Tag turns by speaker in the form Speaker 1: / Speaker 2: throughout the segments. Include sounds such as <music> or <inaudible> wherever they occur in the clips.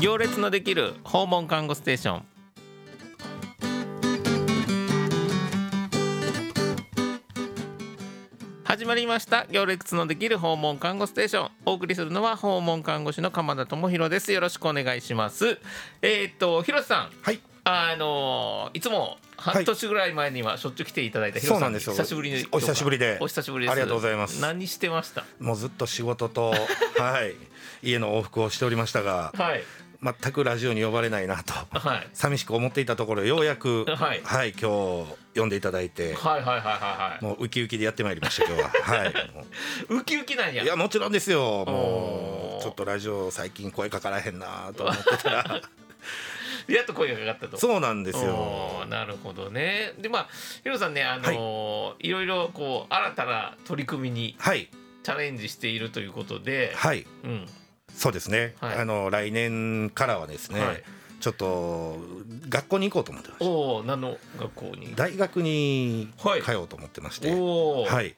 Speaker 1: 行列のできる訪問看護ステーション始まりました行列のできる訪問看護ステーションお送りするのは訪問看護師の鎌田智博ですよろしくお願いしますえーっと広瀬さん
Speaker 2: はい
Speaker 1: あのいつも半年ぐらい前にはしょっちゅう来ていただいた、
Speaker 2: そう
Speaker 1: 広瀬
Speaker 2: な
Speaker 1: さ
Speaker 2: ん
Speaker 1: ん
Speaker 2: ですよ
Speaker 1: 久しぶりに
Speaker 2: お久しぶりで
Speaker 1: お久しぶりです
Speaker 2: ありがとうございます
Speaker 1: 何してました
Speaker 2: もうずっと仕
Speaker 1: <laughs>
Speaker 2: 事とはい家の往復をしておりましたが
Speaker 1: はい
Speaker 2: 全くラジオに呼ばれないなと
Speaker 1: はい
Speaker 2: 寂しく思っていたところようやく
Speaker 1: はい
Speaker 2: 今日呼んでいただいて
Speaker 1: はいはいはいはいは
Speaker 2: もうウキウキでやってまいりました今
Speaker 1: <laughs>
Speaker 2: 日ははいも
Speaker 1: いウキウキなん
Speaker 2: う
Speaker 1: や
Speaker 2: いやもちろんですよも
Speaker 1: おー
Speaker 2: うちょっとラジオ最近声かからへんなと思って
Speaker 1: <laughs>
Speaker 2: たら
Speaker 1: やっと声がかかったと
Speaker 2: そうなんです
Speaker 1: お
Speaker 2: よ
Speaker 1: ーなるほどねでまあヒロさんねあのーい、ろいろこう新たな取り組みに
Speaker 2: はい
Speaker 1: チャレンジしているということで、
Speaker 2: はい
Speaker 1: うん
Speaker 2: そうですね、
Speaker 1: はい
Speaker 2: あの来年からはですね、
Speaker 1: はい
Speaker 2: ちょっと学校に行こうと思ってました
Speaker 1: おお何の学校に
Speaker 2: 大学に
Speaker 1: はい
Speaker 2: 通おうと思ってまして、はい
Speaker 1: おお、
Speaker 2: で、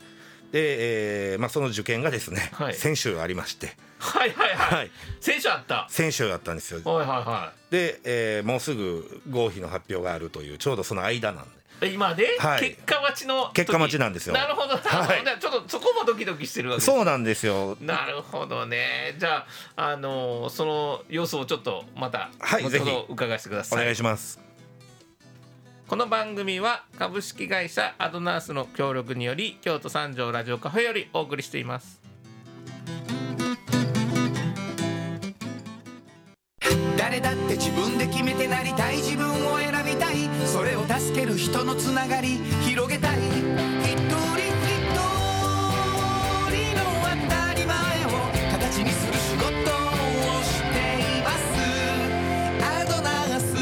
Speaker 2: えーまあ、その受験がですね、
Speaker 1: はい
Speaker 2: 先週ありまして、
Speaker 1: はいはいはい、
Speaker 2: はい、
Speaker 1: 選手あった
Speaker 2: 先週だったんですよ
Speaker 1: はいはいは
Speaker 2: で、えーもうすぐ合否の発表があるというちょうどその間なんで
Speaker 1: いえ今で、
Speaker 2: はい
Speaker 1: 結果待ちの時
Speaker 2: 結果待ちなんですよ
Speaker 1: なるほど、
Speaker 2: はい
Speaker 1: なるほどちょっとそこもドキドキしてるわけですね
Speaker 2: そうなんですよ
Speaker 1: なるほどね。じゃあ、あのーその様子をちょっとまた、
Speaker 2: はい
Speaker 1: 後ほ
Speaker 2: ぜ
Speaker 1: ど伺わせてくだ
Speaker 2: お
Speaker 1: さい。
Speaker 2: 願いします
Speaker 1: この番組は株式会社アドナースの協力により、京都三条ラジオカフェよりお送りしています。
Speaker 3: 誰だって自分で決めてなりたい自分を選びたいそれを助ける人のつながり広げたい一人一人の当たり前を形にする仕事をしていますアドナース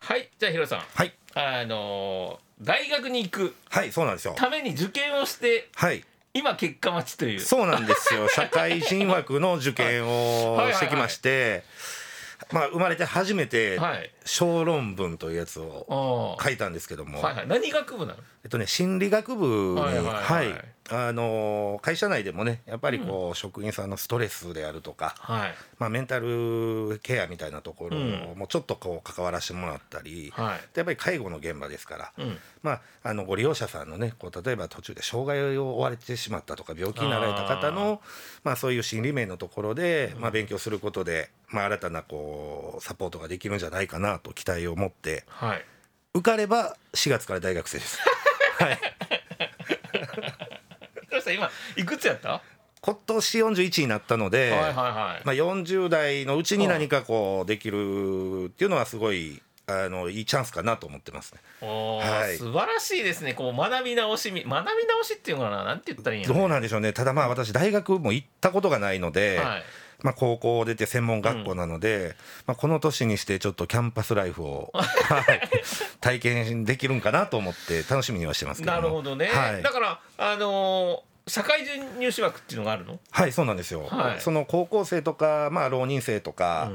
Speaker 1: はい、じゃあヒロさん、
Speaker 2: はい
Speaker 1: あのー大学に行く
Speaker 2: はいそうなんですよ
Speaker 1: ために受験をして、
Speaker 2: はい
Speaker 1: 今結果待ちという。
Speaker 2: そうなんです
Speaker 1: <laughs>
Speaker 2: よ社会人枠の受験を
Speaker 1: はいはいはいはい
Speaker 2: してきましてまあ生まれて初めて
Speaker 1: はい。
Speaker 2: 小論文というやつを
Speaker 1: おー
Speaker 2: 書いたんですけども、
Speaker 1: はいはい。何学部なの？
Speaker 2: えっとね、心理学部に、
Speaker 1: は
Speaker 2: はいい
Speaker 1: はいはい
Speaker 2: あのー会社内でもねやっぱりこう、職員さんのストレスであるとか、
Speaker 1: はい
Speaker 2: まあ、メンタルケアみたいなところ
Speaker 1: うん
Speaker 2: もちょっとこう関わらせてもらったり、
Speaker 1: はい。
Speaker 2: でやっぱり介護の現場ですから、
Speaker 1: うん。
Speaker 2: まあ、あのご利用者さんのねこう例えば途中で障害を負われてしまったとか病気になられた方のまあ、そういう心理面のところで、まあ、勉強することで、まあ、新たなこうサポートができるんじゃないかなと期待を持って
Speaker 1: はい。
Speaker 2: 受かれば4月から大学生です。はい
Speaker 1: ヒロさん今いくつやった？
Speaker 2: 今年41になったので、
Speaker 1: はいはいはい。
Speaker 2: まあ、40代のうちに何かこうできるっていうのはすごいあのいいチャンスかなと思ってますね。
Speaker 1: おー
Speaker 2: はい
Speaker 1: 素晴らしいですねこう学び直しみ学び直しっていうのかななんて言ったらいいんやろ
Speaker 2: どうなんでしょうねただまあ私大学も行ったことがないので、
Speaker 1: はい、
Speaker 2: まあ、高校を出て専門学校なので、まあ、この年にしてちょっとキャンパスライフ
Speaker 1: <laughs>
Speaker 2: を、はい、体験できるんかなと思って楽しみにはしてますけども
Speaker 1: なるほどね、
Speaker 2: はい
Speaker 1: だからあのー社会人入試枠っていうのがあるの、
Speaker 2: はいそうなんですよ、
Speaker 1: はい
Speaker 2: その高校生とか、まあ、浪人生とか、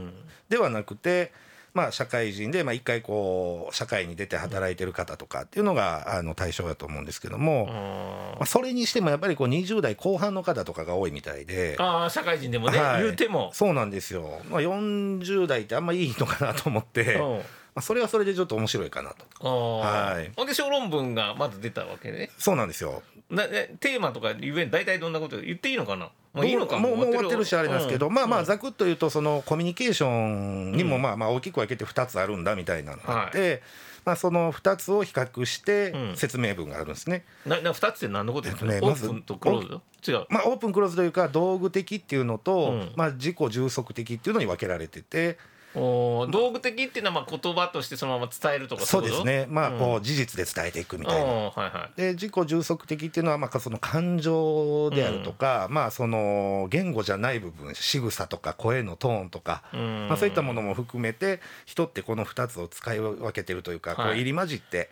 Speaker 2: ではなくて、まあ、社会人でまあ、一回こう社会に出て働いてる方とかっていうのがあの対象だと思うんですけど
Speaker 1: う
Speaker 2: も、
Speaker 1: ん、
Speaker 2: ま
Speaker 1: あ
Speaker 2: あ、それにしてもやっぱりこう20代後半の方とかが多いみたいで。
Speaker 1: あー社会人でもね、
Speaker 2: はい
Speaker 1: 言うても、
Speaker 2: そうなんですよ、まあ、40代ってあんまいいのかなと思って、
Speaker 1: う
Speaker 2: ま
Speaker 1: ん
Speaker 2: あ、それはそれでちょっと面白いかなと
Speaker 1: あー
Speaker 2: はい
Speaker 1: ほんで小論文がまず出たわけね
Speaker 2: そうなんですよ
Speaker 1: なねテーマとかゆえに大体どんなこと言っていいのかな、まあ、いいのか
Speaker 2: もうもう終わってるしあれなんですけど、
Speaker 1: うん
Speaker 2: まあま
Speaker 1: う
Speaker 2: あ
Speaker 1: ん
Speaker 2: ざくっと言うとそのコミュニケーションに
Speaker 1: う
Speaker 2: も
Speaker 1: ん
Speaker 2: まあまあ大きく分けて2つあるんだみたいなのがあって、まあ、その2つを比較して
Speaker 1: うん
Speaker 2: 説明文があるんですね。
Speaker 1: なな2つって何のこと言ってるの、
Speaker 2: えっとね
Speaker 1: オ
Speaker 2: まず
Speaker 1: ープンとクローズ違う
Speaker 2: まあ、オープンクローズというか道具的っていうのと、
Speaker 1: うん
Speaker 2: まあ、自己充足的っていうのに分けられてて
Speaker 1: おー道具的っていうのはまあ言葉としてそのまま伝えるとか
Speaker 2: そうですねまあ
Speaker 1: うん
Speaker 2: こう事実で伝えていくみ
Speaker 1: み
Speaker 2: たいな。
Speaker 1: はいは
Speaker 2: で自己充足的っていうのはまあその感情であるとか、まあその言語じゃない部分仕草とか声のトーンとか、
Speaker 1: い、うん
Speaker 2: まあ、そういったものも含めて人ってこの2つを使い分けてるというか、
Speaker 1: はい
Speaker 2: こう入り混じって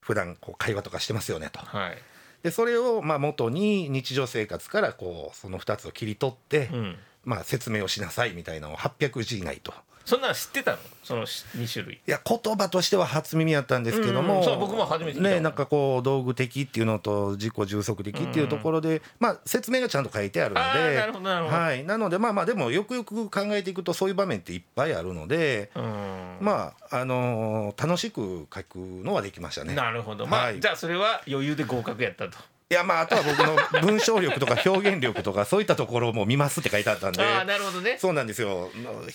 Speaker 2: 普段こう会話とかしてますよねと
Speaker 1: はい、
Speaker 2: でそれをまあ元に日常生活からこうその2つを切り取って、
Speaker 1: うん、
Speaker 2: まあ、説明をしなさいみたいなのを800字以内と
Speaker 1: そんなの知ってたのそのし2種類
Speaker 2: いや言葉としては初耳やったんですけど
Speaker 1: うんうん
Speaker 2: も、
Speaker 1: そう僕も初めて聞いた
Speaker 2: ねなんかこう道具的っていうのと自己充足的っていうところで、まあ説明がちゃんと書いてあるの
Speaker 1: あー
Speaker 2: で
Speaker 1: なるほどなるほど
Speaker 2: はい、なのでまあまあでもよくよく考えていくとそういう場面っていっぱいあるので、
Speaker 1: うん
Speaker 2: まああのー楽しく書くのはできましたね。
Speaker 1: なるほどまあ、
Speaker 2: はい
Speaker 1: じゃあそれは余裕で合格やったと
Speaker 2: いやまああとは僕の文章力とか表現力とかそういったところも見ますって書いてあったんで。
Speaker 1: ああなるほどね
Speaker 2: そうなんですよ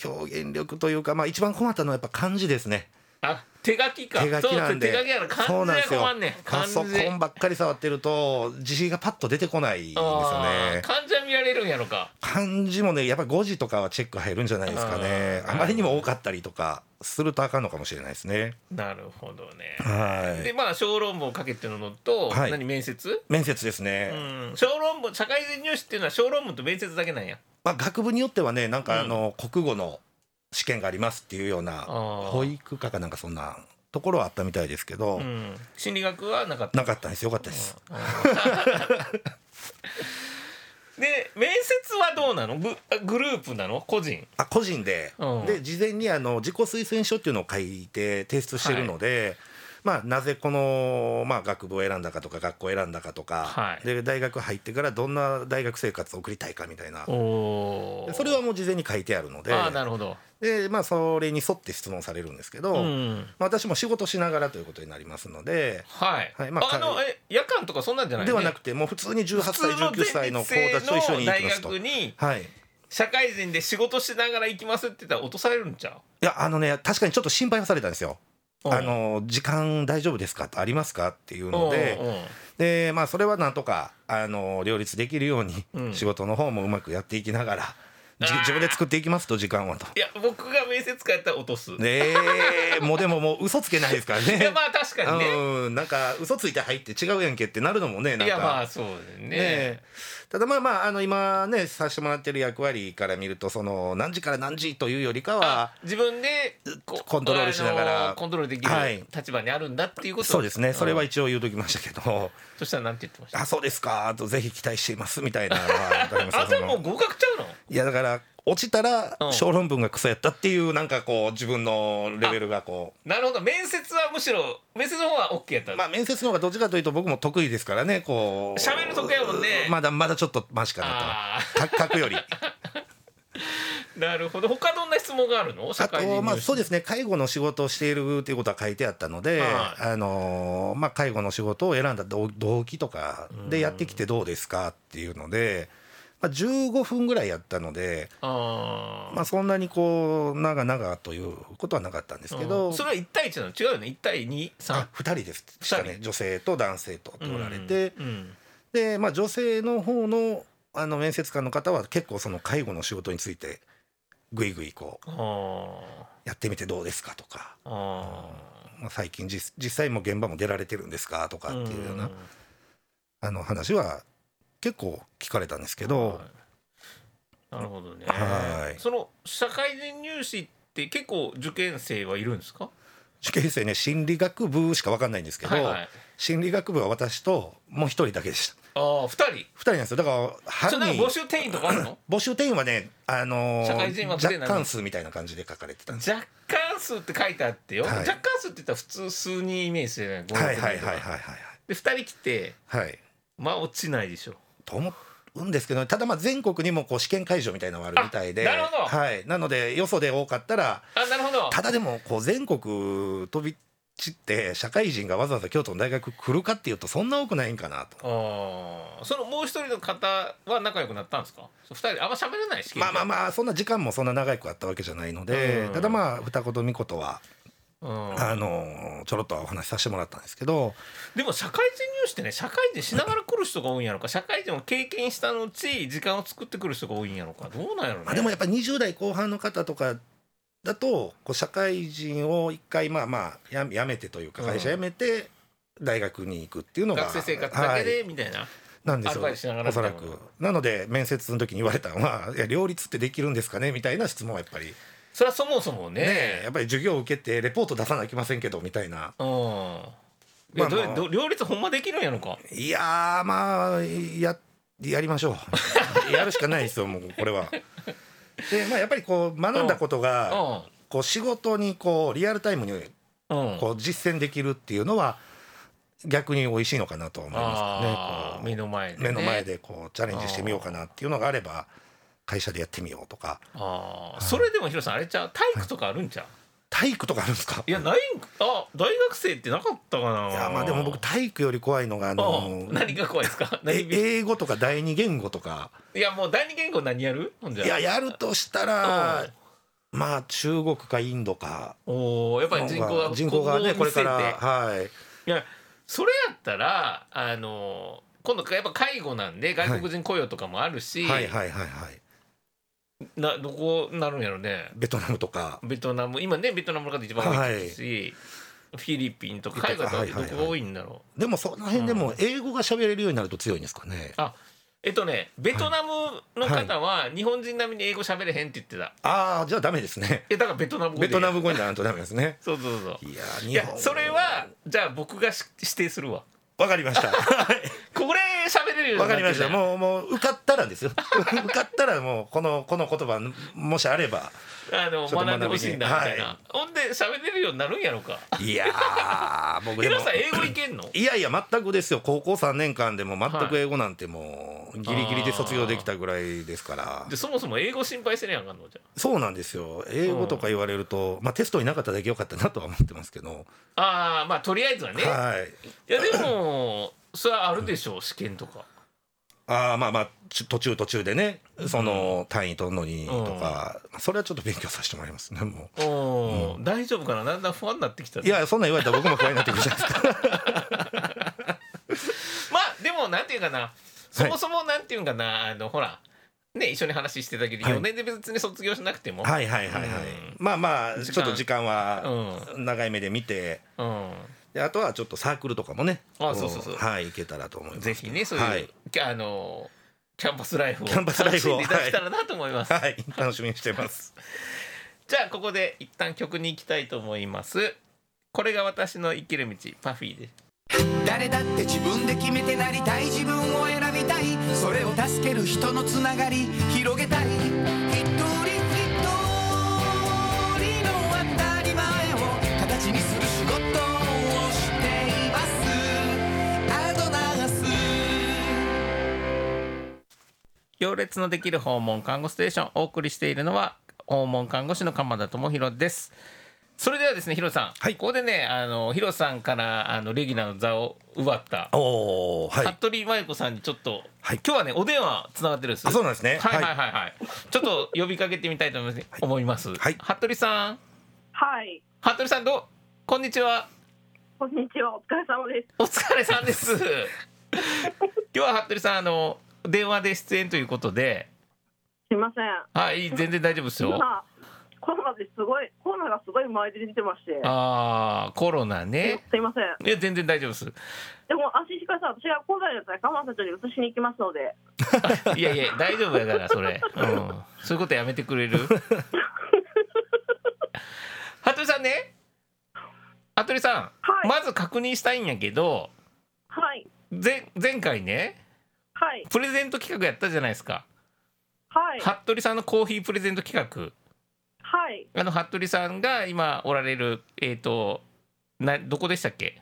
Speaker 2: 表現力というか、まあ、一番困ったのはやっぱ漢字ですね
Speaker 1: あ手書きか
Speaker 2: 手書きなんで
Speaker 1: そう手書きやから
Speaker 2: そ
Speaker 1: 漢
Speaker 2: うなんで
Speaker 1: 字
Speaker 2: す
Speaker 1: が
Speaker 2: よ
Speaker 1: 困んねん
Speaker 2: パ
Speaker 1: 漢字
Speaker 2: ソコンばっかり触ってると字がパッと出てこないんですよね
Speaker 1: 患者見られるんやろか
Speaker 2: 漢字もねやっぱ5字とかはチェック入るんじゃないですかね
Speaker 1: あー
Speaker 2: あまりにも多かったりとかするとあかんのかもしれないですね
Speaker 1: なるほどね
Speaker 2: は
Speaker 1: で
Speaker 2: い
Speaker 1: まあ小論文を書けっていうのと、
Speaker 2: はい
Speaker 1: 何面接
Speaker 2: 面接ですね、
Speaker 1: うん小論文社会人入試っていうのは小論文と面接だけなんや
Speaker 2: まあ、学部によってはねなんかあの、国語の試験がありますっていうような
Speaker 1: あー
Speaker 2: 保育科かなんかそんなところはあったみたいですけど、
Speaker 1: うん心理学はなかった
Speaker 2: なかったんですよかったです、
Speaker 1: <laughs> で面接はどうなのググループなの個人
Speaker 2: あ個人で、
Speaker 1: うん
Speaker 2: で事前にあの自己推薦書っていうのを書いて提出してるので、まあ、なぜこの、まあ、学部を選んだかとか学校を選んだかとか、
Speaker 1: はい
Speaker 2: で大学入ってからどんな大学生活を送りたいかみたいな
Speaker 1: お
Speaker 2: でそれはもう事前に書いてあるので
Speaker 1: ああなるほど、
Speaker 2: で、まあ、それに沿って質問されるんですけど、
Speaker 1: うん、
Speaker 2: まあ、私も仕事しながらということになりますので。
Speaker 1: はい、
Speaker 2: はいまあ
Speaker 1: あ、のえ夜間とかそんなんじゃない、ね、
Speaker 2: ではなくてもう普通に18
Speaker 1: 普通
Speaker 2: 歳19歳の子たちと一緒に行きますと
Speaker 1: の。大学に
Speaker 2: はい
Speaker 1: 社会人で仕事しながら行きますって言ったら落とされるんちゃ
Speaker 2: いやあのね確かにちょっと心配はされたんですよ。
Speaker 1: う
Speaker 2: あの時間大丈夫ですかありますかっていう
Speaker 1: うん
Speaker 2: ので
Speaker 1: うんうん
Speaker 2: で、まあ、それはなんとかあの両立できるように
Speaker 1: うん
Speaker 2: 仕事の方もうまくやっていきながら、じ
Speaker 1: あー
Speaker 2: 自分で作っていきますと時間はと。
Speaker 1: いや僕が面接官やったら落とす、
Speaker 2: ね
Speaker 1: <laughs>
Speaker 2: えもうでももう嘘つけないですから
Speaker 1: いや
Speaker 2: ね。
Speaker 1: まあ確かにね、
Speaker 2: うんなんか嘘ついて入って違うやんけってなるのもねなんか
Speaker 1: いやまあそうだよね
Speaker 2: ねえただまあまああの今ねさせてもらってる役割から見るとその何時から何時というよりかは
Speaker 1: あ自分でこ
Speaker 2: コントロールしながら
Speaker 1: あのコントロールでき
Speaker 2: はい
Speaker 1: る立場にあるんだっていうこと
Speaker 2: そうですねそれは
Speaker 1: うん
Speaker 2: 一応言うときましたけど
Speaker 1: そしたらなんて言ってま
Speaker 2: 「
Speaker 1: した
Speaker 2: あそうですか」と「ぜひ期待しています」みたいなのは
Speaker 1: <laughs>
Speaker 2: わかりました
Speaker 1: あじゃあ
Speaker 2: そ
Speaker 1: も
Speaker 2: の
Speaker 1: う合格ちゃうの
Speaker 2: いやだから落ちたら
Speaker 1: うん
Speaker 2: 小論文がクソやったっていうなんかこう自分のレベルがこう。
Speaker 1: なるほど面接はむしろ面接の方は OK やった、
Speaker 2: まあ面接の方がどっちかというと僕も得意ですからねこう
Speaker 1: 喋る得意やもんね
Speaker 2: まだまだちょっとマシかな
Speaker 1: あ
Speaker 2: と書
Speaker 1: <laughs>
Speaker 2: くより
Speaker 1: ーなるほど他どんな質問があるの社
Speaker 2: あ
Speaker 1: 会人
Speaker 2: とまあそう
Speaker 1: で
Speaker 2: ですね介護の仕事をしているということは書いてあったので、
Speaker 1: はい
Speaker 2: あのーまあ介護の仕事を選んだ動動機とかでやってきてどうですかっていうので、まあ、15分ぐらいやったので、
Speaker 1: あー
Speaker 2: まあ、そんなにこう長々ということはなかったんですけど、
Speaker 1: うんそれは1対1なの違うよね1対23
Speaker 2: あ2人ですした
Speaker 1: 二
Speaker 2: ね
Speaker 1: 人
Speaker 2: 女性と男性とおられて、
Speaker 1: うんうん
Speaker 2: で、まあ、女性の方のあの面接官の方は結構その介護の仕事についてぐいぐいこう
Speaker 1: あ
Speaker 2: やってみてどうですかとか、
Speaker 1: ーあ
Speaker 2: まあ、最近実実際もう現場も出られてるんですかとか
Speaker 1: ー
Speaker 2: っていうような、
Speaker 1: ん
Speaker 2: あの話は結構聞かれたんですけ
Speaker 1: は、
Speaker 2: ど
Speaker 1: いなるほどね
Speaker 2: はい
Speaker 1: その社会人入試って結構受験生はいるんですか
Speaker 2: 受験生ね心理学部しか分かんないんですけど、
Speaker 1: はいはい
Speaker 2: 心理学部は私ともう一人だけでした
Speaker 1: ああ2人
Speaker 2: 二人なんですよだから犯
Speaker 1: それなんか募集定員とかあるの
Speaker 2: 募集定員はね、あのー
Speaker 1: 社会人枠でな
Speaker 2: 若
Speaker 1: の
Speaker 2: 干数みたいな感じで書かれてたんです
Speaker 1: 若干数って書いてあってよ、
Speaker 2: はい
Speaker 1: 若干数って言ったら普通数人イメージじゃない5
Speaker 2: はいはいはいはい
Speaker 1: い
Speaker 2: はい
Speaker 1: で2人来て
Speaker 2: はいはい
Speaker 1: まあ落ちないでしょ
Speaker 2: と思うんですけど、ただまあ全国にもこう試験会場みたいなのがあるみたいで
Speaker 1: あなるほど
Speaker 2: はい、なのでよそで多かったら
Speaker 1: あなるほど
Speaker 2: ただでもこう全国飛び散って社会人がわざわざ京都の大学来るかっていうとそんな多くないんかなと。
Speaker 1: あーそのもう一人の方は仲良くなったんですかそう二人あんま喋らないし
Speaker 2: まあまあまあそんな時間もそんな長くあったわけじゃないので
Speaker 1: うん
Speaker 2: ただまあ二言三言は
Speaker 1: うん
Speaker 2: あのーちょろっとはお話しさせてもらったんですけど
Speaker 1: でも社会人入試ってね社会人しながら来る人が多いんやろか社会人を経験したのうち時間を作ってくる人が多いんやろかどうなんやろね
Speaker 2: まあ、でもやっぱり20代後半の方とかだとこう社会人を一回まあまあややめてというか
Speaker 1: うん
Speaker 2: 会社辞めて大学に行くっていうのが
Speaker 1: 学生生活だけ
Speaker 2: はい
Speaker 1: でみたいな、
Speaker 2: なんで
Speaker 1: ア
Speaker 2: す
Speaker 1: ル
Speaker 2: よ
Speaker 1: バイトしながら
Speaker 2: お
Speaker 1: みた
Speaker 2: そ
Speaker 1: いな
Speaker 2: らくなので面接の時に言われたのは「いや両立ってできるんですかね?」みたいな質問はやっぱりね
Speaker 1: それはそもそもね
Speaker 2: えやっぱり授業を受けてレポート出さなきゃいけませんけどみたいな
Speaker 1: うんいや
Speaker 2: まあまあ
Speaker 1: どうどう両立ほんまできるんやろか
Speaker 2: いやーまあややりましょ <laughs> うやるしかないですよもうこれは。でまあやっぱりこう学んだことが
Speaker 1: う
Speaker 2: こう仕事にこうリアルタイムに
Speaker 1: うん
Speaker 2: こう実践できるっていうのは逆に美味しいのかなとは思います
Speaker 1: あ
Speaker 2: け
Speaker 1: ー
Speaker 2: どね
Speaker 1: 目の前
Speaker 2: こ
Speaker 1: で、
Speaker 2: う
Speaker 1: ね、
Speaker 2: 目の前でこうチャレンジしてみようかなっていうのがあれば会社でやってみようとか
Speaker 1: あーそれでもヒロさんあれちゃう体育とかあるんちゃう、
Speaker 2: 体育とかあるんですか
Speaker 1: い、やないんあ大学生ってなかったかない
Speaker 2: いやまあでも僕体育より怖いのがあの
Speaker 1: うん何が怖いですか
Speaker 2: え
Speaker 1: 何
Speaker 2: 英語とか第二言語とか
Speaker 1: いやもう第二言語何やるほんじゃ
Speaker 2: いややるとした
Speaker 1: う
Speaker 2: ら
Speaker 1: ん
Speaker 2: まあ中国かインドか
Speaker 1: おおやっぱり人口が
Speaker 2: 人口がねこれから
Speaker 1: 国語を見据
Speaker 2: はい
Speaker 1: えていやそれやったらあの今度やっぱ介護なんで外国人雇用とかもあるし、
Speaker 2: はいはいはいはい
Speaker 1: などこなるんやろね
Speaker 2: ベトナムとか
Speaker 1: ベトナム今ねベトナムの方一番多いですし、フィリピンとか海外とか
Speaker 2: はい
Speaker 1: ど
Speaker 2: はいはい
Speaker 1: こが多いんだろう、
Speaker 2: でもその辺でも英語が喋れるようになると強いんですかね
Speaker 1: あえっとねベトナムの方は日本人並みに英語喋れへんって言ってた、
Speaker 2: ああじゃあダメですね
Speaker 1: えだからベトナム語で
Speaker 2: ベトナム語にならんとダメですね
Speaker 1: そうそうそう
Speaker 2: いや
Speaker 1: い
Speaker 2: 日
Speaker 1: や
Speaker 2: 本
Speaker 1: それはじゃあ僕がし指定するわ
Speaker 2: わかりました
Speaker 1: これ喋れるよう
Speaker 2: わ
Speaker 1: にな
Speaker 2: か
Speaker 1: って
Speaker 2: り
Speaker 1: た
Speaker 2: ましたもうもう受かったらです <laughs> よ受かったらもうこのこの言葉もしあれば
Speaker 1: あの
Speaker 2: ちょっと
Speaker 1: 学
Speaker 2: 学びに
Speaker 1: んでほしいんだみたいな、
Speaker 2: はい
Speaker 1: ほんで喋れるようになるんやろか
Speaker 2: いやー僕でも
Speaker 1: 皆さん英語いけんの
Speaker 2: いやいや全くですよ高校3年間でも全く英語なんてもうギリギリで卒業できたぐらいですから、
Speaker 1: でそもそも英語心配せねやんかんのじゃ
Speaker 2: そうなんですよ英語とか言われると、まあテストになかっただけよかったなとは思ってますけど
Speaker 1: ああーまあとりあえずはね、
Speaker 2: はい
Speaker 1: い、やでもそれはあるでしょう試験とか
Speaker 2: あーまあまあち途中途中でねその単位取るのにとか、それはちょっと勉強させてもらいますねも
Speaker 1: おー大丈夫かなだんだん不安になってきた
Speaker 2: う <laughs> いやそんなん言われたら僕も不安になってくるじゃないですか
Speaker 1: まあでもなんていうかなそもそもなんていうんかな、あのほらね一緒に話してたけど
Speaker 2: はい
Speaker 1: 4年で別に卒業しなくても、
Speaker 2: <laughs> はいはいはいはい、
Speaker 1: うん
Speaker 2: まあまあ
Speaker 1: 時間
Speaker 2: ちょっと時間は長い目で見て、
Speaker 1: うん
Speaker 2: であとはちょっとサークルとかもね
Speaker 1: あ
Speaker 2: こ
Speaker 1: そうそうそう
Speaker 2: はいいけたらと思います
Speaker 1: ぜひねそういう、
Speaker 2: はい
Speaker 1: きあのキャンパスライフを
Speaker 2: キャンパスライフを
Speaker 1: 楽しんでいただけたらなと思います、
Speaker 2: はい、楽しみにしてます。
Speaker 1: <laughs> じゃあここで一旦曲に行きたいと思いますこれが私の生きる道パフィーです
Speaker 3: 誰だって自分で決めてなりたい自分を選びたいそれを助ける人のつながり広げたい一人一人の当たり前を形にする仕事をしていますアドナガス
Speaker 1: 行列のできる訪問看護ステーションお送りしているのは訪問看護師の鎌田智博ですそれではですねヒロさん、
Speaker 2: はい
Speaker 1: ここでねあのヒロさんからあのレギュラーの座を奪った
Speaker 2: <laughs> おお、はい。
Speaker 1: 服部真由子さんにちょっと、
Speaker 2: はい
Speaker 1: 今日はねお電話つながってるんです
Speaker 2: あ、そうなんですね。
Speaker 1: はいはいはいはい、ちょっと呼びかけてみたいと思います、思います
Speaker 2: はい
Speaker 1: 服部さん
Speaker 4: はい、
Speaker 1: 服部さんどうこんにちは
Speaker 4: こんにちは、お疲れ様です。
Speaker 1: お疲れさんです <laughs> 今日は服部さんあの電話で出演ということです
Speaker 4: いません。
Speaker 1: はい全然大丈夫ですよ
Speaker 4: 今、コロナですごい、コロナがすごい前で出てまして。
Speaker 1: ああコロナね
Speaker 4: すいません。
Speaker 1: いや全然大丈夫です
Speaker 4: でも安心してください。私が高台のやつは鎌田町に移しに行きますので。
Speaker 1: いやいや大丈夫やからそれ、うん、そういうことやめてくれ
Speaker 4: <laughs>
Speaker 1: る服部さんね服部さん、
Speaker 4: はい
Speaker 1: まず確認したいんやけど
Speaker 4: はい。
Speaker 1: ぜ前回ね
Speaker 4: はい。
Speaker 1: プレゼント企画やったじゃないですか、
Speaker 4: はい。
Speaker 1: 服部さんのコーヒープレゼント企画
Speaker 4: はい。
Speaker 1: あの服部さんが今おられるえっ、となどこでしたっけ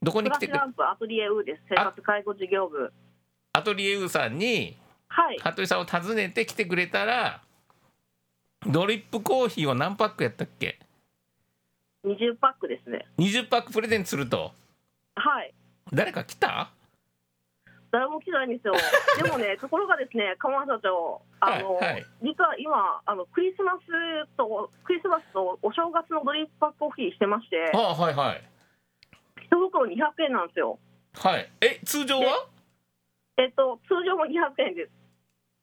Speaker 1: どこ
Speaker 4: プ
Speaker 1: に
Speaker 4: ラ
Speaker 1: 来
Speaker 4: ス
Speaker 1: てくれ
Speaker 4: ランプアトリエウーです。生活介護事業部。
Speaker 1: アトリエウーさんに
Speaker 4: はい。
Speaker 1: 服部さんを訪ねて来てくれたらドリップコーヒーを何パックやったっけ
Speaker 4: 20パックですね。
Speaker 1: 20パックプレゼントすると
Speaker 4: はい。
Speaker 1: 誰か来た
Speaker 4: 誰も来ないんです
Speaker 1: <laughs>
Speaker 4: よ。でもね、ところがですね、鎌田町、あの、
Speaker 1: はいはい
Speaker 4: 実は今、あの、クリスマスと、クリスマスとお正月のドリンクパックコーヒーしてまして
Speaker 1: あ、はいはい
Speaker 4: 一袋200円なんですよ。
Speaker 1: はいえ通常は
Speaker 4: えっと、通常も200円です。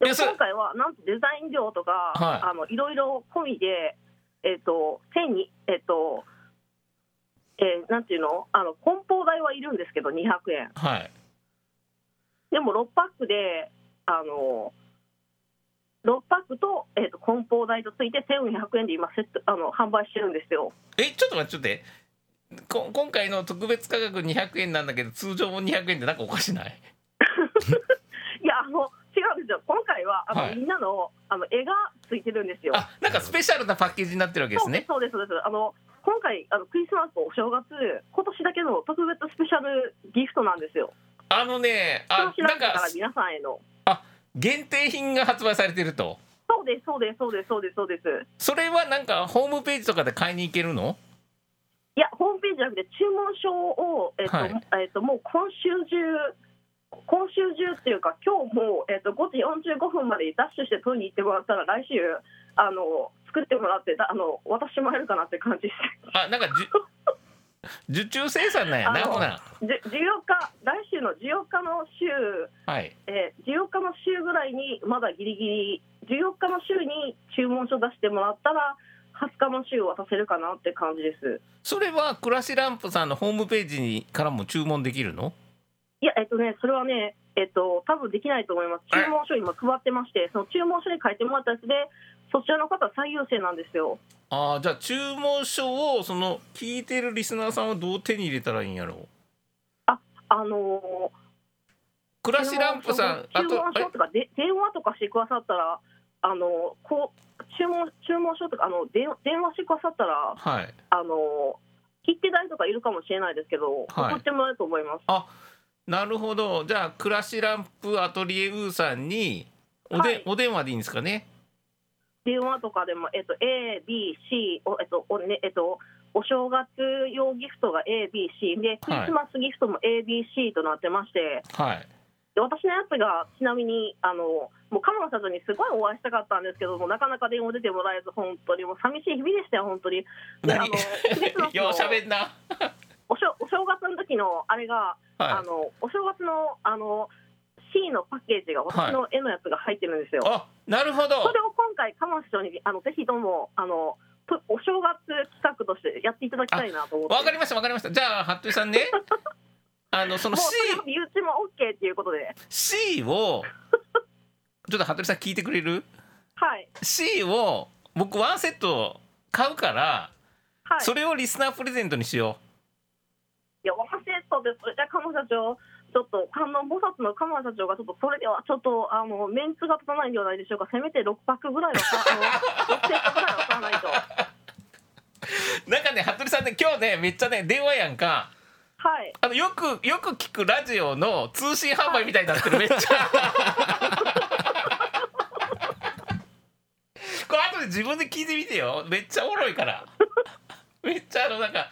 Speaker 4: で
Speaker 1: え
Speaker 4: も
Speaker 1: それ
Speaker 4: 今回はなんとデザイン料とか、
Speaker 1: はい
Speaker 4: あのいろいろ込みで、えっと、千に、えっと、えーなんていうの、あの梱包代はいるんですけど、200円。
Speaker 1: はい
Speaker 4: でも6パックで、あの。6パックと,、えっと梱包代とついて1400円で今セットあの販売してるんですよ
Speaker 1: えちょっと待ってちょっと待ってこ今回の特別価格200円なんだけど通常も200円ってなんかおかしない
Speaker 4: いやあの違うんでですよ今回はあの、
Speaker 1: はい
Speaker 4: みんなのあの絵がついてるんですよ。
Speaker 1: あなんかスペシャルなパッケージになってるわけですね
Speaker 4: そうですそうですそうですあの今回あのクリスマスとお正月今年だけの特別スペシャルギフトなんですよ。
Speaker 1: あのねあ
Speaker 4: その
Speaker 1: なん
Speaker 4: 白か
Speaker 1: から
Speaker 4: 皆さんへの
Speaker 1: 限定品が発売されてると
Speaker 4: そうですそうですそうですそうですそうです。
Speaker 1: それはなんかホームページとかで買いに行けるの
Speaker 4: いや、ホームページじゃなくて、注文書を、えっと
Speaker 1: はい
Speaker 4: えっともう今週中、今週中っていうか、今日もう、えっと5時45分までにダッシュして取りに行ってもらったら、来週、あの作ってもらってだあの、渡してもらえるかなって感じで
Speaker 1: あなんか
Speaker 4: <laughs>
Speaker 1: じゅ受注生産なんやな
Speaker 4: あの
Speaker 1: ほな
Speaker 4: す、じ14日、来週の14日の週、
Speaker 1: はい
Speaker 4: えー、14日の週ぐらいに、まだギリギリ、14日の週に注文書出してもらったら、20日の週渡せるかなって感じです。
Speaker 1: それは暮らしランプさんのホームページにからも注文できるの
Speaker 4: いや、えっとね、それはね、えっと、多分できないと思います。
Speaker 1: え
Speaker 4: 注文書今配ってまして、その注文書に書いてもらったやつで、そちらの方は最優先なんですよ。
Speaker 1: あーじゃあ注文書をその聞いてるリスナーさんはどう手に入れたらいいんやろう
Speaker 4: あの
Speaker 1: 暮
Speaker 4: ー、
Speaker 1: らしランプさんあ
Speaker 4: 注
Speaker 1: と
Speaker 4: 文書とかで電話とかしてくださったら、あのーこう注文注文書とかあの電電話してくださったら、
Speaker 1: あれはい
Speaker 4: あのー切手代とかいるかもしれないですけど、
Speaker 1: はい
Speaker 4: 送ってもらえると思います。
Speaker 1: あなるほどじゃあ暮らしランプアトリエウーさんにおで、
Speaker 4: はい
Speaker 1: お電話でいいんですかね
Speaker 4: 電話とかでも、えっと、A、B、C、おえっとおねえっと、お正月用ギフトが A、B、C で、クリスマスギフトも A、B、C となってまして、
Speaker 1: はい
Speaker 4: で私のやつがちなみに、あのもう彼女たちにすごいお会いしたかったんですけども、なかなか電話出てもらえず、本当にもう寂しい日々でしたよ、本当に。で
Speaker 1: <laughs>
Speaker 4: あの
Speaker 1: 何
Speaker 4: クリスマス
Speaker 1: ようしゃ
Speaker 4: の
Speaker 1: べんな
Speaker 4: おしょお正月の時のあれが、あ
Speaker 1: はい
Speaker 4: のお正月のあの C のパッケージが私の絵のやつが入ってるんですよ。
Speaker 1: あなるほ
Speaker 4: そ
Speaker 1: ど
Speaker 4: れを今回、彼女にあのぜひともあのとお正月企画としてやっていただきたいなと思って、
Speaker 1: わかりましたわかりましたじゃあ服部さんね <laughs> あのその
Speaker 4: もう
Speaker 1: C,
Speaker 4: それも身内も OK っていうことで、
Speaker 1: C をちょっと服部さん聞いてくれる
Speaker 4: はい、
Speaker 1: C を僕ワンセット買うから、
Speaker 4: はい、
Speaker 1: それをリスナープレゼントにしよ
Speaker 4: いや、ワンセットです、じゃあ、鴨社長、ちょっと、観音菩薩の鴨社長が、ちょっと、それではちょっとあの、メンツが立たないんではないでしょうか、せめて6パックぐらいは買わ、あの6セットぐらいは買わないと。
Speaker 1: うなんかね服部さんね今日ねめっちゃね電話やんか
Speaker 4: はい、
Speaker 1: あのよくよく聞くラジオの通信販売みたいになってるめっちゃ <laughs> これ後で自分で聞いてみてよめっちゃおもろいからめっちゃあのなんか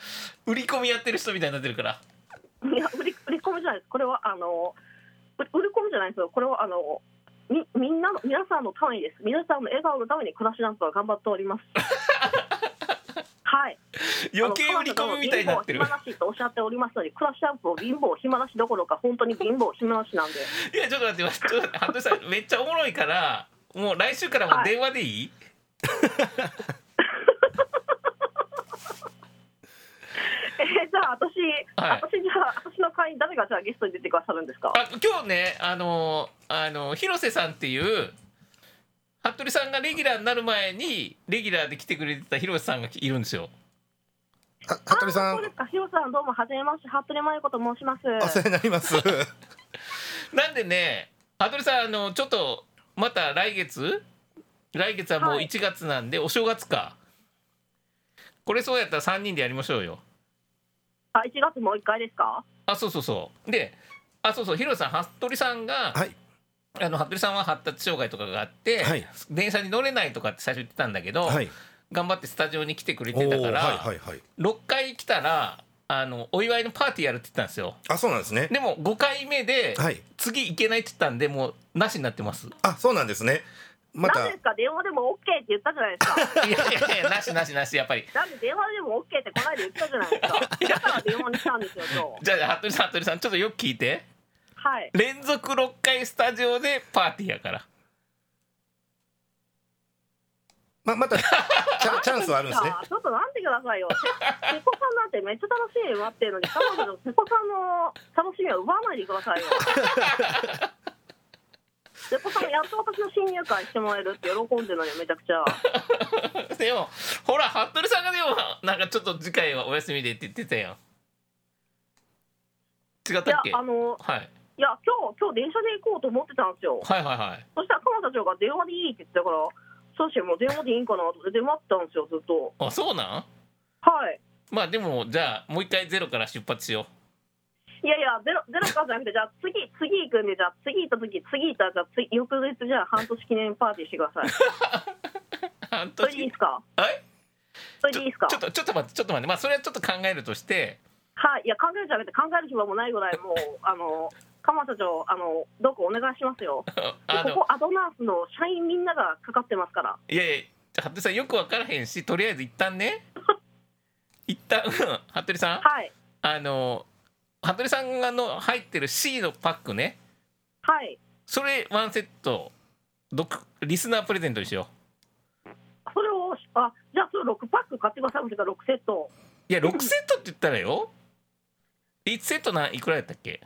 Speaker 1: 売り込みやってる人みたいになってるから
Speaker 4: いや売り、売り込みじゃないです、これは、あの、売り売り込みじゃないですよ、これは、あの、みみんなの皆さんのためにです皆さんの笑顔のために暮らしなんとは頑張ってお
Speaker 1: <laughs>
Speaker 4: りますはい
Speaker 1: 余計売り込みみたいになってる
Speaker 4: あの彼女の貧乏暇なしとおっしゃっておりますので、クラッシュアップを貧乏暇なしどころか、本当に貧乏暇なしなんで。 <laughs>
Speaker 1: いやちょっと待ってちょっと待って服部さんめっちゃおもろいからもう来週からもう電話でいい、
Speaker 4: えーじゃあ私、
Speaker 1: はい
Speaker 4: 私じゃあ私の会員誰がじゃあゲストに出てくださるんですか。
Speaker 1: あ今日ねあのあの広瀬さんっていう服部さんがレギュラーになる前にレギュラーで来てくれてた広瀬さんがいるんですよ。
Speaker 2: あ服部さ
Speaker 4: あそうで
Speaker 2: ん
Speaker 4: すか。ひろさんどうもはじめまして、服部真由子と申します。
Speaker 2: お世話になります <laughs>
Speaker 1: なんでね服部さんあのちょっとまた来月来月はもう
Speaker 4: はい
Speaker 1: 1月なんで、お正月かこれそうやったら3人でやりましょうよ。
Speaker 4: あ、1月もう一回ですか。
Speaker 1: あそうそうそう。であそうそう広瀬さん服部さんが、
Speaker 2: はい
Speaker 1: あの服部さんは発達障害とかがあって、
Speaker 2: はい
Speaker 1: 電車に乗れないとかって最初言ってたんだけど、
Speaker 2: はい
Speaker 1: 頑張ってスタジオに来てくれ
Speaker 2: お
Speaker 1: てた
Speaker 2: ー
Speaker 1: か
Speaker 2: はい
Speaker 1: ら。
Speaker 2: はいはい
Speaker 1: 6回来たらあのお祝いのパーティーやるって言ったんですよ
Speaker 2: あそうなんですね
Speaker 1: でも5回目で、
Speaker 2: はい
Speaker 1: 次行けないって言ったんでもうなしになってます
Speaker 2: あそうなんですねま
Speaker 4: なん
Speaker 2: た
Speaker 4: ですか電話でもオッケーって言ったじゃないですか。
Speaker 1: いやいやいやなしなしなしやっぱり
Speaker 4: なんで電話でもオッケーってこないで言ったじゃないですか。だから電話にしたんですよ今日。
Speaker 1: じゃあじゃあ服部さん服部さんちょっとよく聞いて
Speaker 4: はい。
Speaker 1: 連続6回スタジオでパーティーやから <laughs>
Speaker 2: ままたチャチャンスはあるんです
Speaker 4: <laughs>
Speaker 2: ね
Speaker 4: ちょっとなんてくださいよ。せ瀬古さんなんてめっちゃ楽しいわっていうのに、彼女の瀬古さんの楽しみは奪わないでくださいよ。瀬古さんやっと私の親友会してもらえるって喜んでるのにめちゃくちゃ。
Speaker 1: でもほら服部さんがでもなんかちょっと次回はお休みでって言ってたやん違っ
Speaker 4: い
Speaker 1: た
Speaker 4: や
Speaker 1: っけ
Speaker 4: あの
Speaker 1: はい
Speaker 4: いや、今日、今日電車で行こうと思ってたんですよ。
Speaker 1: はいはいはい
Speaker 4: そしたら鎌田長が電話でいいって言ってたから、そうしてもう電話でいいんかなと思って待ってたんですよ、ずっと。
Speaker 1: あそうなん
Speaker 4: はい。
Speaker 1: まあでもじゃあもう一回ゼロから出発しよ <laughs>
Speaker 4: いやいや、ゼロ、ゼロからじゃなくて、じゃあ次、次行くんで、じゃあ次行った時、次行ったら、じゃあ次、翌日、じゃあ半年記念パーティーしてください。
Speaker 1: う <laughs> 半
Speaker 4: それでい
Speaker 1: 年
Speaker 4: いですか
Speaker 1: はい
Speaker 4: それ
Speaker 1: ち
Speaker 4: で
Speaker 1: ょ
Speaker 4: いいですか
Speaker 1: ちょっとちょっと待ってちょっと待ってまあそれはちょっと考えると
Speaker 4: <laughs>
Speaker 1: して
Speaker 4: はい。いや、考えるじゃなくて、考える暇もないぐらい、もう、あの、鎌田長、あの、どうかお願いしますよ。で
Speaker 1: あの
Speaker 4: ここ、アドナースの社員みんながかかってますから。
Speaker 1: いやいや服部さんよく分からへんしとりあえず一旦ね <laughs> 一旦うん服部さん
Speaker 4: はい。
Speaker 1: あの服部さんがの入ってる C のパックね
Speaker 4: はい。
Speaker 1: それワンセットどくリスナープレゼントにしよ
Speaker 4: それを、あ、じゃあ、それ6パック買ってください、もしか6セット。
Speaker 1: ういや6セットって言ったらよ1セットないくらやったっけ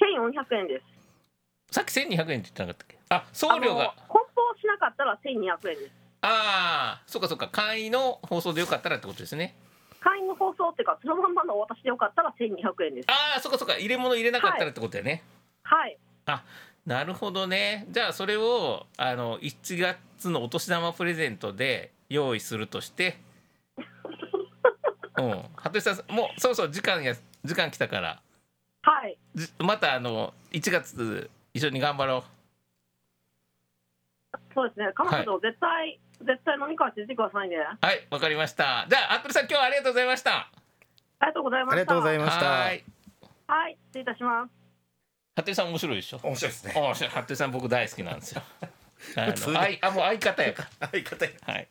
Speaker 4: 1400円です。
Speaker 1: さっき1200円って言ってなかったっけあ送料が
Speaker 4: あの梱包しなかったら1200円です
Speaker 1: ああーそうかそうか会員の放送でよかったらってことですね
Speaker 4: 会員の放送っていうかそのまんまのお渡しでよかったら1200円です
Speaker 1: ああそうかそうか入れ物入れなかったらってことだよね、
Speaker 4: はい
Speaker 1: なるほどねじゃあそれをあの1月のお年玉プレゼントで用意するとしてうん服部さんもうそろそろ時間や時間来たから
Speaker 4: はい
Speaker 1: じまたあの1月一緒に頑張ろ
Speaker 4: そうですね彼女と絶対、絶対飲み会して出てくださいねあ
Speaker 1: うはいわかりましたじゃあ服部さん今日はありがとうございました
Speaker 4: りがとうございま
Speaker 2: あ
Speaker 4: し
Speaker 2: り
Speaker 4: た
Speaker 2: がとうござい
Speaker 4: ま
Speaker 2: まし
Speaker 1: は
Speaker 2: た
Speaker 1: ーい
Speaker 4: すはい失礼いたします
Speaker 1: 服部さん面白いでしょ
Speaker 2: 面白いですね
Speaker 1: 面白い服部さん僕大好きなんです
Speaker 2: <laughs>
Speaker 1: よあ
Speaker 2: 通に
Speaker 1: のあいあもう相方やから
Speaker 2: 相方や
Speaker 1: はい、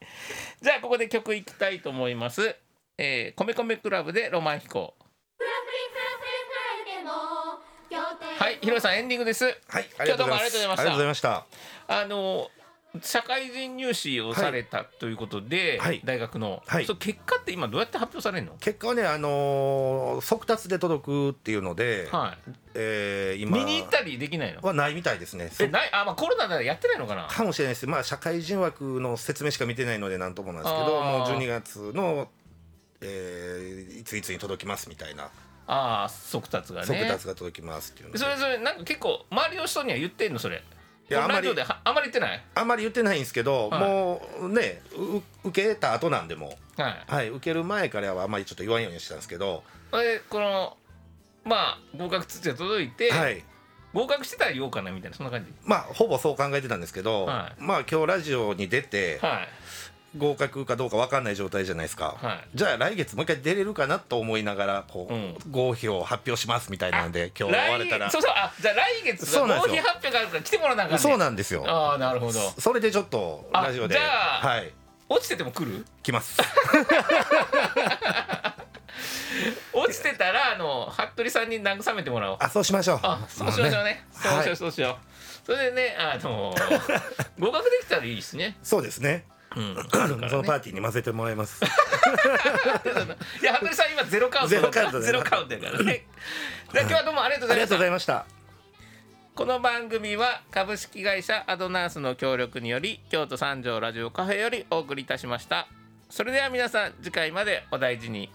Speaker 1: じゃあここで曲いきたいと思います。えー、米米クラブでロマン飛行。は
Speaker 5: はいい、、
Speaker 1: ひ
Speaker 5: ひ
Speaker 1: ろ
Speaker 5: ろ
Speaker 1: さんエンディングです。
Speaker 2: はい
Speaker 1: 今日どうもありがとうございました
Speaker 2: ありがとうございました
Speaker 1: あの社会人入試をされたということで、
Speaker 2: はい
Speaker 1: 大学の、
Speaker 2: はい
Speaker 1: そう結果って今どうやって発表されるの？
Speaker 2: 結果はねあのー速達で届くっていうので、
Speaker 1: はい。
Speaker 2: えー今
Speaker 1: 見に行ったりできないの？
Speaker 2: はないみたいですね
Speaker 1: えないあまあコロナでやってないのかな？
Speaker 2: かもしれないですまあ社会人枠の説明しか見てないので何ともなんですけど
Speaker 1: あー
Speaker 2: もう12月の、えーいついつに届きますみたいな、
Speaker 1: ああ速達がね。
Speaker 2: 速達が届きますっていうので
Speaker 1: それぞれなんか結構周りの人には言ってんのそれ。
Speaker 2: いや
Speaker 1: この
Speaker 2: あんまり
Speaker 1: ラジオではあんまり言ってない。
Speaker 2: あんまり言ってないんですけど、
Speaker 1: はい
Speaker 2: もうねう受けた後なんでも
Speaker 1: はい。
Speaker 2: はい受ける前からはあんまりちょっと言わんようにしてたんですけど、
Speaker 1: でこのまあ合格通知が届いて、
Speaker 2: はい
Speaker 1: 合格してたら言おうかなみたいなそんな感じ。
Speaker 2: まあほぼそう考えてたんですけど、
Speaker 1: はい
Speaker 2: まあ今日ラジオに出て
Speaker 1: はい
Speaker 2: 合格かどうか分かんない状態じゃないですか、
Speaker 1: はい。
Speaker 2: じゃあ来月もう一回出れるかなと思いながらこう、
Speaker 1: うん
Speaker 2: 合否を発表しますみたいなんで今日終われたら
Speaker 1: 来そうそうあじゃあ来月さ
Speaker 2: そうなん
Speaker 1: 合
Speaker 2: ですよ
Speaker 1: 否発表があるから来てもらわなあかんね
Speaker 2: そうなんですよ
Speaker 1: ああなるほど
Speaker 2: それでちょっと
Speaker 1: あ
Speaker 2: ラジオで
Speaker 1: じゃあ
Speaker 2: はい
Speaker 1: 落ちてても来る
Speaker 2: 来ます
Speaker 1: <laughs> 落ちてたらあの服部さんに慰めてもらおう
Speaker 2: あそうしましょう
Speaker 1: あそうしましょう
Speaker 2: ね
Speaker 1: ねそうし
Speaker 2: は
Speaker 1: よう
Speaker 2: い
Speaker 1: そうしようそれでねあ <laughs> の合格できたらいいです <laughs> ね
Speaker 2: そうですね
Speaker 1: うん
Speaker 2: <laughs> そのパーティーに混ぜてもらいます
Speaker 1: いや服部さん今ゼロカウント
Speaker 2: ゼロカウントで
Speaker 1: ゼロカウントだからねじゃあ今日はどうもありがとうご
Speaker 2: あ
Speaker 1: ざ
Speaker 2: り
Speaker 1: いま
Speaker 2: が
Speaker 1: し
Speaker 2: とう
Speaker 1: た
Speaker 2: ございました
Speaker 1: この番組は株式会社アドナースの協力により京都三条ラジオカフェよりお送りいたしましたそれでは皆さん次回までお大事に